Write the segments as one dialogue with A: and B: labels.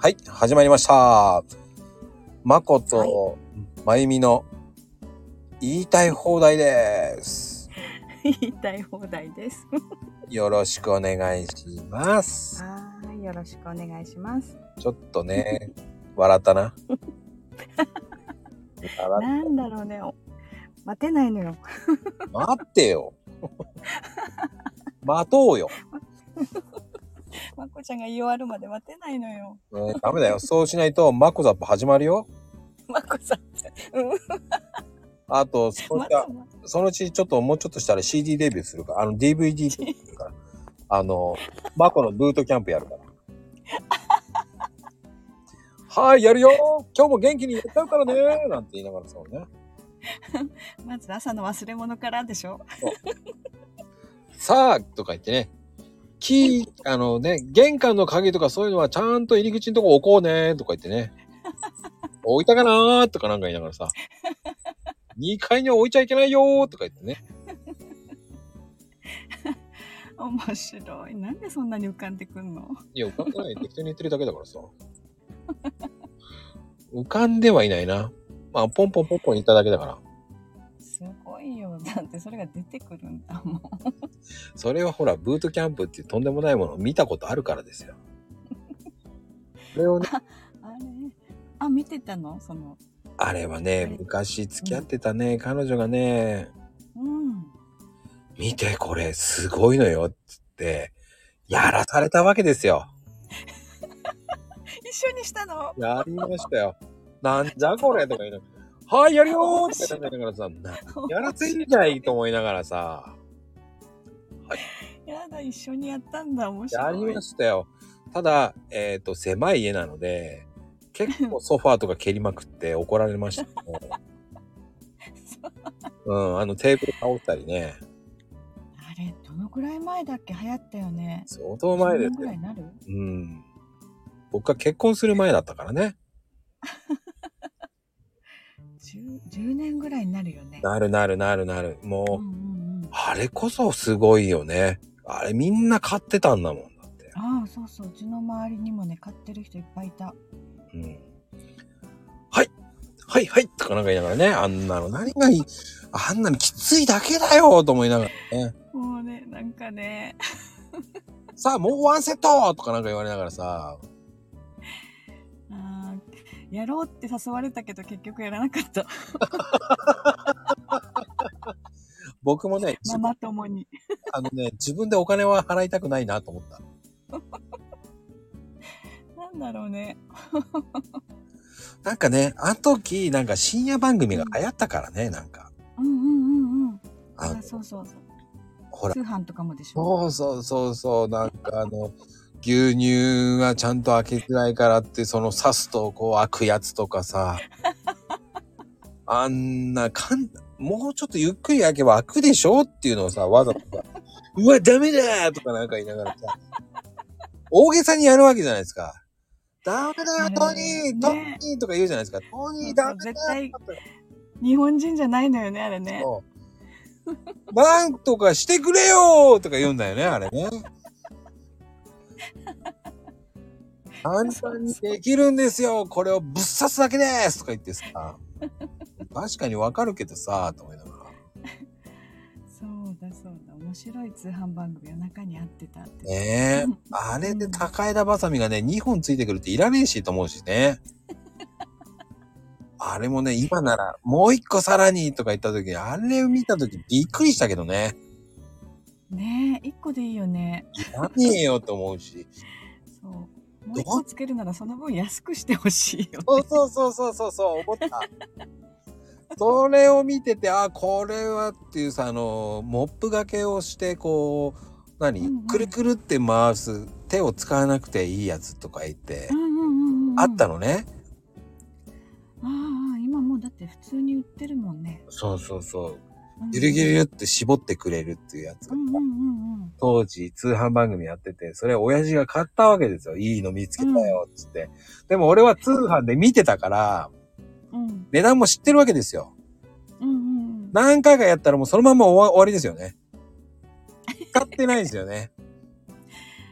A: はい、始まりました。まこと、まゆみの言いたい放題です。
B: 言いたい放題です。
A: よろしくお願いします。
B: はーい、よろしくお願いします。
A: ちょっとね、笑ったな。笑
B: なんだろうね、お待てないのよ。
A: っ待ってよ。待とうよ。
B: まこちゃんが言い終わるまで待てないのよ。
A: ねダメだよ。そうしないと、マコザップ始まるよ。
B: まこさん、うん、
A: あと、そのう
B: ま
A: ち
B: だま
A: そのうちちょっともうちょっとしたら CD デビューするから、あの DVD するから、あの、マコのブートキャンプやるから。はい、やるよ今日も元気にやっちゃうからねなんて言いながらそうね。
B: まず朝の忘れ物からでしょ。
A: さあとか言ってね、キー、あのね、玄関の鍵とかそういうのはちゃんと入り口のとこ置こうねとか言ってね、置いたかなーとかなんか言いながらさ、2階には置いちゃいけないよーとか言ってね。
B: 面白い。なんでそんなに浮かんでくんの
A: いや、浮かんでない。適当に言ってるだけだからさ。浮かんではいないな。まあ、ポンポンポンポン言っただけだから。
B: すごいよ。だってそれが出てくるんだもん。
A: それはほら、ブートキャンプっていうとんでもないものを見たことあるからですよ。それをね、
B: あれあ、見てたのその。
A: あれはね、昔付き合ってたね、彼女がね、
B: うん。
A: 見てこれ、すごいのよ、っつって、やらされたわけですよ。
B: 一緒にしたの
A: やりましたよ。なんじゃこれとか言いながら、はい、やるよーとか言いながらさ、なやらせんじゃいと思いながらさ、
B: やだ、一緒にやったんだ。面
A: や
B: 白い。
A: りましたよ。ただ、えっ、と、狭い家なので、結構ソファーとか蹴りまくって怒られましたけど。
B: そう
A: うん、あのテーブル倒ったりね。
B: あれ、どのくらい前だっけ流行ったよね。
A: 相当前で
B: そんな
A: す
B: ぐらい
A: よ。
B: になる
A: うん。僕が結婚する前だったからね。
B: 10, 10年ぐらいになるよね。
A: なるなるなるなる。
B: うんう
A: もう、
B: んうん、
A: あれこそすごいよね。あれみんな買ってたんだもんだって。
B: ああそうそううちの周りにもね買ってる人いっぱいいた
A: うん。はいはいはいとかなんか言いながらね、あんなの何がいい、あんなのきついだけだよと思いながらね。
B: もうねなんかね
A: さあ、もうワンセットとかなんか言われながらさ、
B: あーやろうって誘われたけど結局やらな かった
A: 僕もね、
B: ママ友に
A: あのね、自分でお金は払いたくないなと思った。
B: なんだろうね
A: なんかね、あの時、なんか深夜番組が流行ったからね、なんか。
B: うんうんうんうん
A: あ
B: あそうそうそう
A: ほら、
B: 通販とかもでしょ
A: そうそうそうそう、なんかあの、牛乳がちゃんと開けづらいからって、その刺すとこう開くやつとか さ、あんな、かん、もうちょっとゆっくり開けば開くでしょっていうのをさ、わざとさ、 うわ、ダメだーとかなんか言いながらさ、大げさにやるわけじゃないですか。ダメだよ、トニー、ト
B: ね
A: ニーとか言うじゃないですか。トニー、ダ
B: そう
A: メだよ
B: 絶対日本人じゃないのよねあれね
A: そうなんとかしてくれよーとか言うんだよね、あれね。簡単にできるんですよこれをぶっ刺すだけですとか言ってさ。確かにわかるけどさ、と思いながら。
B: そうだそうだ面白い通販番組の中にあってたって、
A: ねえ。あれで高枝バサミがね、2本ついてくるっていらねえしと思うしね。あれもね、今なら、もう一個さらにとか言った時に、あれを見た時びっくりしたけどね。
B: ねえ1個でいいよね
A: いらねえよと思うし。
B: そうもう1個つけるならその分安くしてほし いよ
A: そうそうそうそうそうそう思った。それを見ててあこれはっていうさあのモップがけをしてこう何、
B: うんうん
A: くるくるって回す手を使わなくていいやつとか言って、
B: うんうんうんうん
A: あったのね。
B: ああ今もうだって普通に売ってるもんね。
A: そうそうそう。
B: うん
A: ギュルギュルギュルって絞ってくれるっていうやつ
B: う。んうんうんうん。
A: 当時通販番組やってて、それ親父が買ったわけですよ。いいの見つけたよっつって。でも俺は通販で見てたから
B: うん
A: 値段も知ってるわけですよ。
B: うんうんうん。
A: 何回かやったらもうそのまま終わ終わりですよね。買っってないんですよね。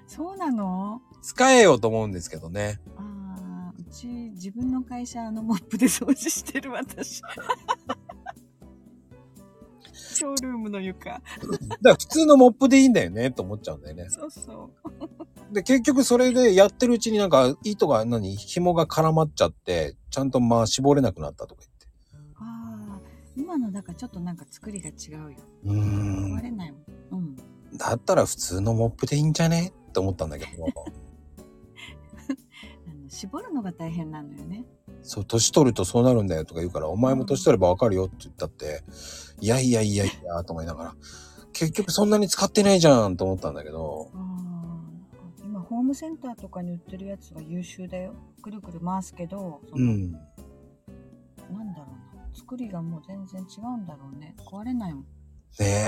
B: そうなの
A: 使えようと思うんですけどね。
B: ああ、うち、自分の会社、あの、モップで掃除してる 私。ショールームの床。
A: だから普通のモップでいいんだよねと思っちゃうんだよね。
B: そうそう。
A: で、結局それでやってるうちになんか糸が何紐が絡まっちゃって、ちゃんとまあ絞れなくなったとか
B: ああ、今のだからちょっとなんか作りが違うよ。
A: 言って。うー
B: 壊れないもん。うん。
A: ん。だったら普通のモップでいいんじゃねって思ったんだけど。
B: あの絞るのが大変なのよね。
A: そう、年取るとそうなるんだよとか言うから、お前も年取ればわかるよって言ったって、いやいやいやいや、と思いながら、結局そんなに使ってないじゃんと思ったんだけど、
B: ああ、今ホームセンターとかに売ってるやつは優秀だよ。くるくる回すけど、そうの
A: ん。
B: なんだろうな。作りがもう全然違うんだろうね。壊れないもん。
A: ね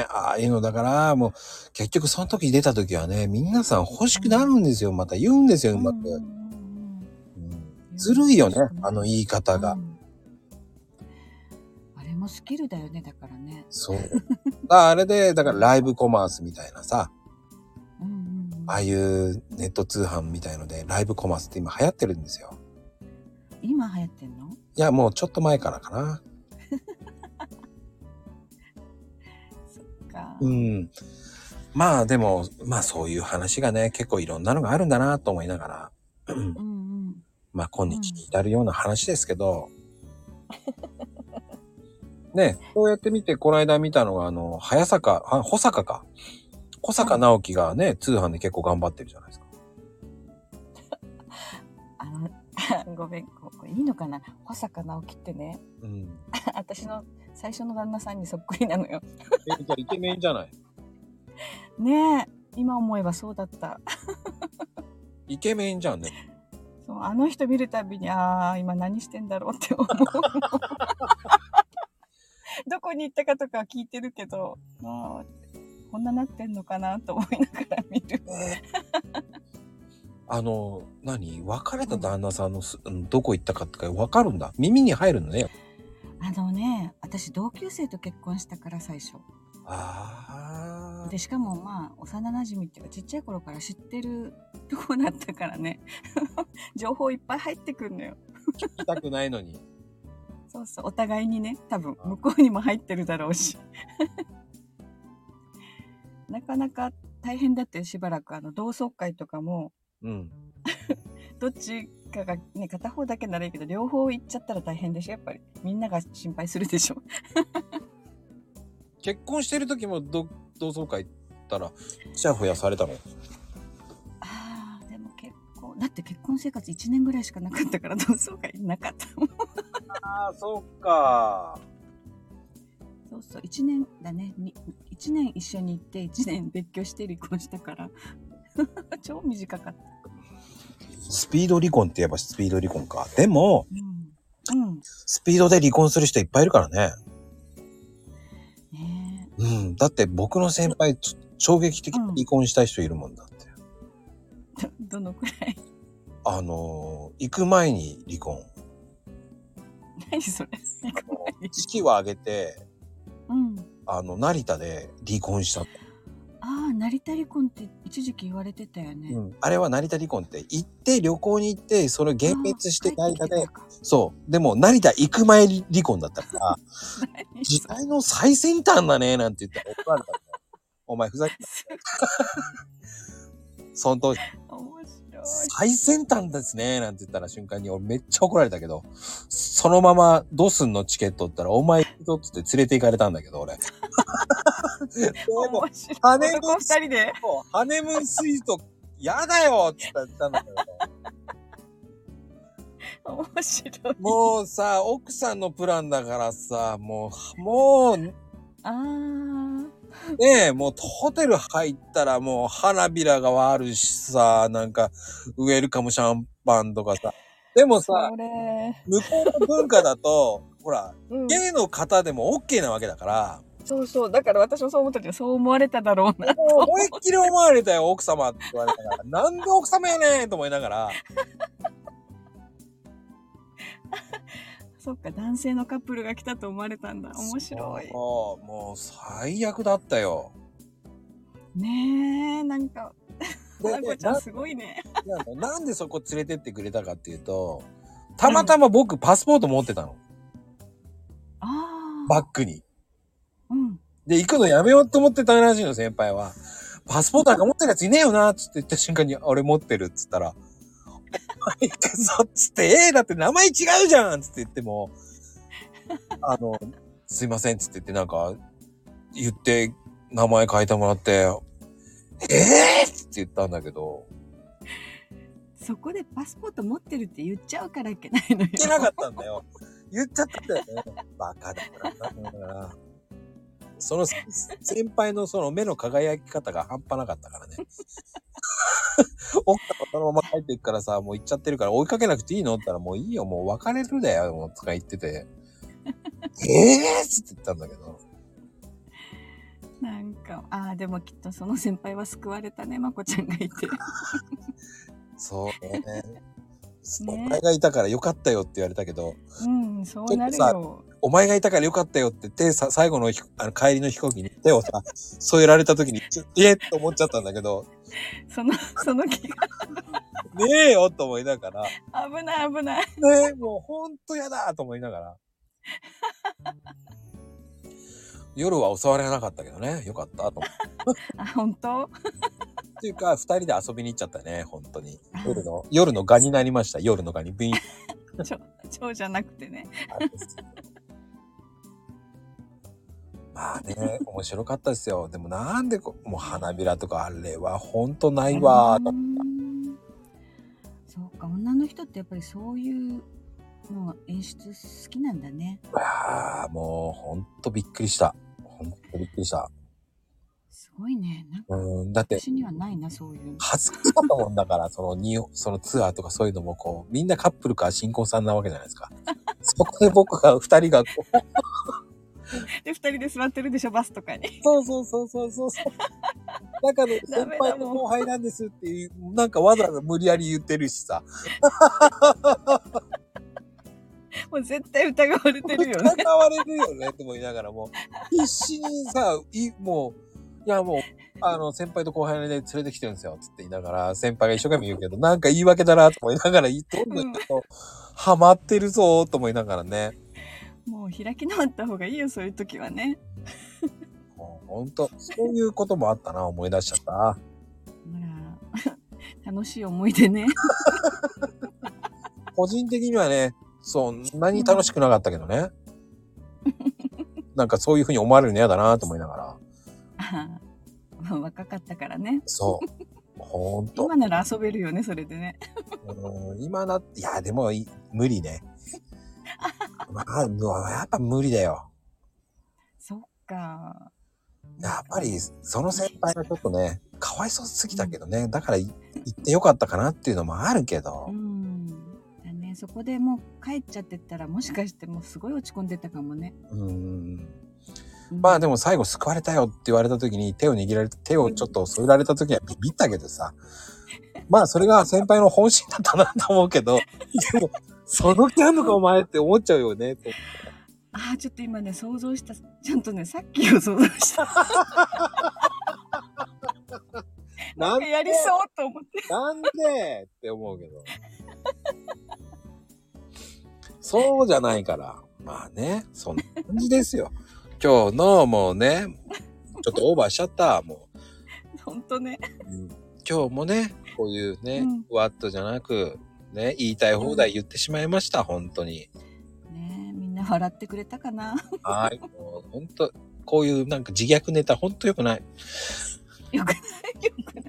A: え、ああいうのだから、もう、結局その時出た時はね、皆さん欲しくなるんですよ。また言うんですよ、うまく。
B: んん
A: うんずるいよね、あの言い方
B: う
A: が。
B: んあれもスキルだよね、だからね。
A: そう。ああれで、だからライブコマースみたいなさ、
B: うんうんうん
A: ああいうネット通販みたいので、ライブコマースって今流行ってるんですよ。
B: 今流行ってんの
A: いや、もうちょっと前からかな。
B: そっか。
A: うん。まあでも、まあそういう話がね、結構いろんなのがあるんだなと思いながら、
B: うんうん。
A: まあ今日に至るような話ですけど、 ね、こうやって見て、この間見たのが、あの、早坂、あ、保坂か。小坂直樹がね、通販で結構頑張ってるじゃないですか。
B: あの、 ごめん、ここれいいのかな保坂直樹ってね、
A: うん。
B: 私の最初の旦那さんにそっくりなのよ。
A: え、じゃイケメンじゃない
B: ねえ、今思えばそうだった。
A: イケメンじゃんね。
B: そうあの人見るたびに、ああ、今何してんだろうって思 う。どこに行ったかとかは聞いてるけど、あーこんななってんのかなと思いながら見る。
A: あの、何別れた旦那さんのす、うんどこ行ったかとかわかるんだ。耳に入るのね。
B: あのね、私同級生と結婚したから最初。
A: ああ。
B: で、しかもまあ、幼馴染っていうか、ちっちゃい頃から知ってるとこだったからね。 情報いっぱい入ってくるのよ。
A: 聞きたくないのに。
B: そうそう、お互いにね、多分向こうにも入ってるだろうし。 なかなか大変だってしばらくあの同窓会とかも
A: うん。
B: どっちかがね片方だけならいいけど両方行っちゃったら大変でしょやっぱりみんなが心配するでしょ
A: 結婚してる時もど同窓会行ったらちやほやされたの
B: あーでも結婚だって結婚生活1年ぐらいしかなかったから同窓会なかったもん
A: ああそっか
B: そうそう1年だね1年一緒に行って1年別居して離婚したから 超短かった、
A: スピード離婚って言えばスピード離婚かでも
B: うんうん、
A: スピードで離婚する人いっぱいいるからね
B: ねえ
A: うんだって僕の先輩ちょ衝撃的に離婚した人いるもんだって、
B: ど どのくらい
A: あのー行く前に離 婚
B: 何それ
A: 式を挙げて
B: うん
A: あの成田で離婚した、
B: ああ成田離婚って一時期言われてたよね、
A: うん、あれは成田離婚って行って旅行に行ってそれを
B: あー
A: 厳別して
B: 入
A: 成
B: って
A: 田
B: き
A: で
B: てたか
A: そうでも成田行く前離婚だったから
B: 何
A: 時
B: それ
A: 代の最先端だね、なんて言ったら怒られたんだよ。お前ふざけ、
B: す
A: その当時、
B: ごい面白い
A: 最先端ですね、なんて言ったら瞬間に俺めっちゃ怒られたけど、そのままドスンのチケットって言ったら、お前行くぞっつって連れて行かれたんだけ ど、俺。でも、
B: 面白い
A: 羽根
B: 男二人で
A: もうハネムーンスイート、やだよって言ったんだけど、
B: 面白い
A: もうさ、奥さんのプランだからさ、もう、もう、
B: あー
A: ねえ、もうホテル入ったらもう花びらがあるしさ、なんかウェルカムシャンパンとかさ。でもさ、
B: それ、
A: 向こうの文化だと、ほら、
B: うん、
A: ゲイの方でも OK なわけだ から、
B: そうそうだから私もそう思ったけどそう思われただろうな
A: もう思いっきり思われたよ、奥様って言われた から、なんで奥様やねんと思いながら、
B: そっか男性のカップルが来たと思われたんだ面白い
A: そうもう最悪だったよ。
B: ねえ、なんか、
A: で
B: 花子ちゃんすごいね。
A: でなんかなんでそこ連れてってくれたかっていうと、たまたま僕パスポート持ってたの。
B: あ
A: バッ
B: あ。
A: グに。
B: うん。
A: で、行くのやめようと思ってたらしいの、先輩は。パスポートなんか持ってるやついねえよな、つって言った瞬間に、俺持ってるっつったら、お前行くぞっつって、ええだって名前違うじゃんっつって言っても、あの、すいませんっつって言って、なんか、言って、名前変えてもらって、ええっつって言ったんだけど、
B: そこでパスポート持ってるって言っちゃうからいけないのよ。
A: いけなかったんだよ。言っちゃったんだよね。バカだから。その先輩のその目の輝き方が半端なかったからね。奥さんがそのまま帰っていくからさ、もう行っちゃってるから追いかけなくていいのって言ったらもういいよ、もう別れるだよ、もうとか言ってて。ええー、っつって言ったんだけど。
B: なんか、ああ、でもきっとその先輩は救われたね、まこちゃんがいて。
A: そうね。お前がいたからよかったよって言われたけど、
B: うん、そうなるよ。
A: お前がいたからよかったよって手さ、最後のひあの帰りの飛行機に手をさ、添えられた時に、ちょえっと思っちゃったんだけど、
B: その、 その気が、
A: ねえよと思いながら、
B: 危ない危ない。
A: ねえ、もうほんとやだと思いながら。夜は襲われなかったけどね、よかったと思って。
B: あ、本当
A: っていうか、二人で遊びに行っちゃったね、本当に。夜の、夜の蛾になりました、夜の蛾に。ビーンって
B: そうじゃなくてね。
A: あれですまあね、面白かったですよ。でもなんでこ、もう花びらとかあれはほんとないわ
B: うーんそうか、女の人ってやっぱりそういうのが演出好きなんだね。
A: ああ、もうほんとびっくりした。ほんとびっくりした。
B: すごいね。なんか
A: うん、だって
B: 私にはないな、そういうの。
A: 恥ずかしかったもんだから、そのに、そのツアーとかそういうのもこう、みんなカップルか新婚さんなわけじゃないですか。そこで僕が、二人がこう、
B: で、二人で座ってるでしょ、バスとかに。
A: そうそうそうそうそうそう。だから
B: ダメ
A: 先
B: だもん
A: 輩の後輩なんですっていう、なんかわざわざ無理やり言ってるしさ。
B: もう絶対疑われてるよね。
A: 疑われるよねって思いながらも、必死にさ、いもう、いやもう、あの、先輩と後輩で連れてきてるんですよ、つって言いながら、先輩が一生懸命言うけど、なんか言い訳だな、と思いながら、どんどんちょっと、ハマってるぞ、と思いながらね。
B: もう開き直った方がいいよ、そういう時はね。
A: もうほんと、そういうこともあったな、思い出しちゃった。
B: ほら、楽しい思い出ね。
A: 個人的にはね、そんなに楽しくなかったけど ね。なんかそういうふうに思われるの嫌だな、と思いながら。
B: あー まあ若かったからね。
A: そう。ほんと。
B: 今なら遊べるよね、それでね。
A: う ん今なって、いや、でもい、無理 ね。まあ、うわやっぱ無理だよ。
B: そっか。
A: やっぱり、その先輩がちょっとね、かわいそうすぎたけどね、だからい行ってよかったかなっていうのもあるけ
B: う
A: ど、
B: ん。だね、そこでもう帰っちゃってったら、もしかしてもうすごい落ち込んでたかもね。
A: うん。まあで
B: も。
A: も最後救われたよって言われた時に手を握られて、手をちょっと添えられた時にはビビったけど さ。まあそれが先輩の本心だったなと思うけど、でも、その気あんのかお前って思っちゃうよね。と
B: ああ、ちょっと今ね、想像した。ちゃんとね、さっきを想像し た。
A: なん
B: やりそうと思って。
A: なんでって思うけど。そうじゃないから。まあね、そんな感じですよ。今日のもうね、ちょっとオーバーしちゃった、も
B: ほんとね。
A: う。うん今日もね、こういうね、
B: うん
A: ふわっとじゃなく、ね、言いたい放題言ってしまいました、本当に。
B: ねえみんな笑ってくれたかな。
A: はい。もう本当こういうなんか自虐ネタ、本当良くない。
B: よくないよくない。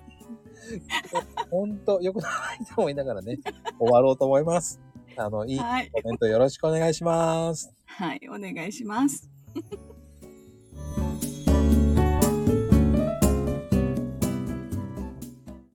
A: 本当良くないと思いながらね、終わろうと思います。あの、いい
B: はい。
A: コメントよろしくお願いします。
B: はい、お願いします。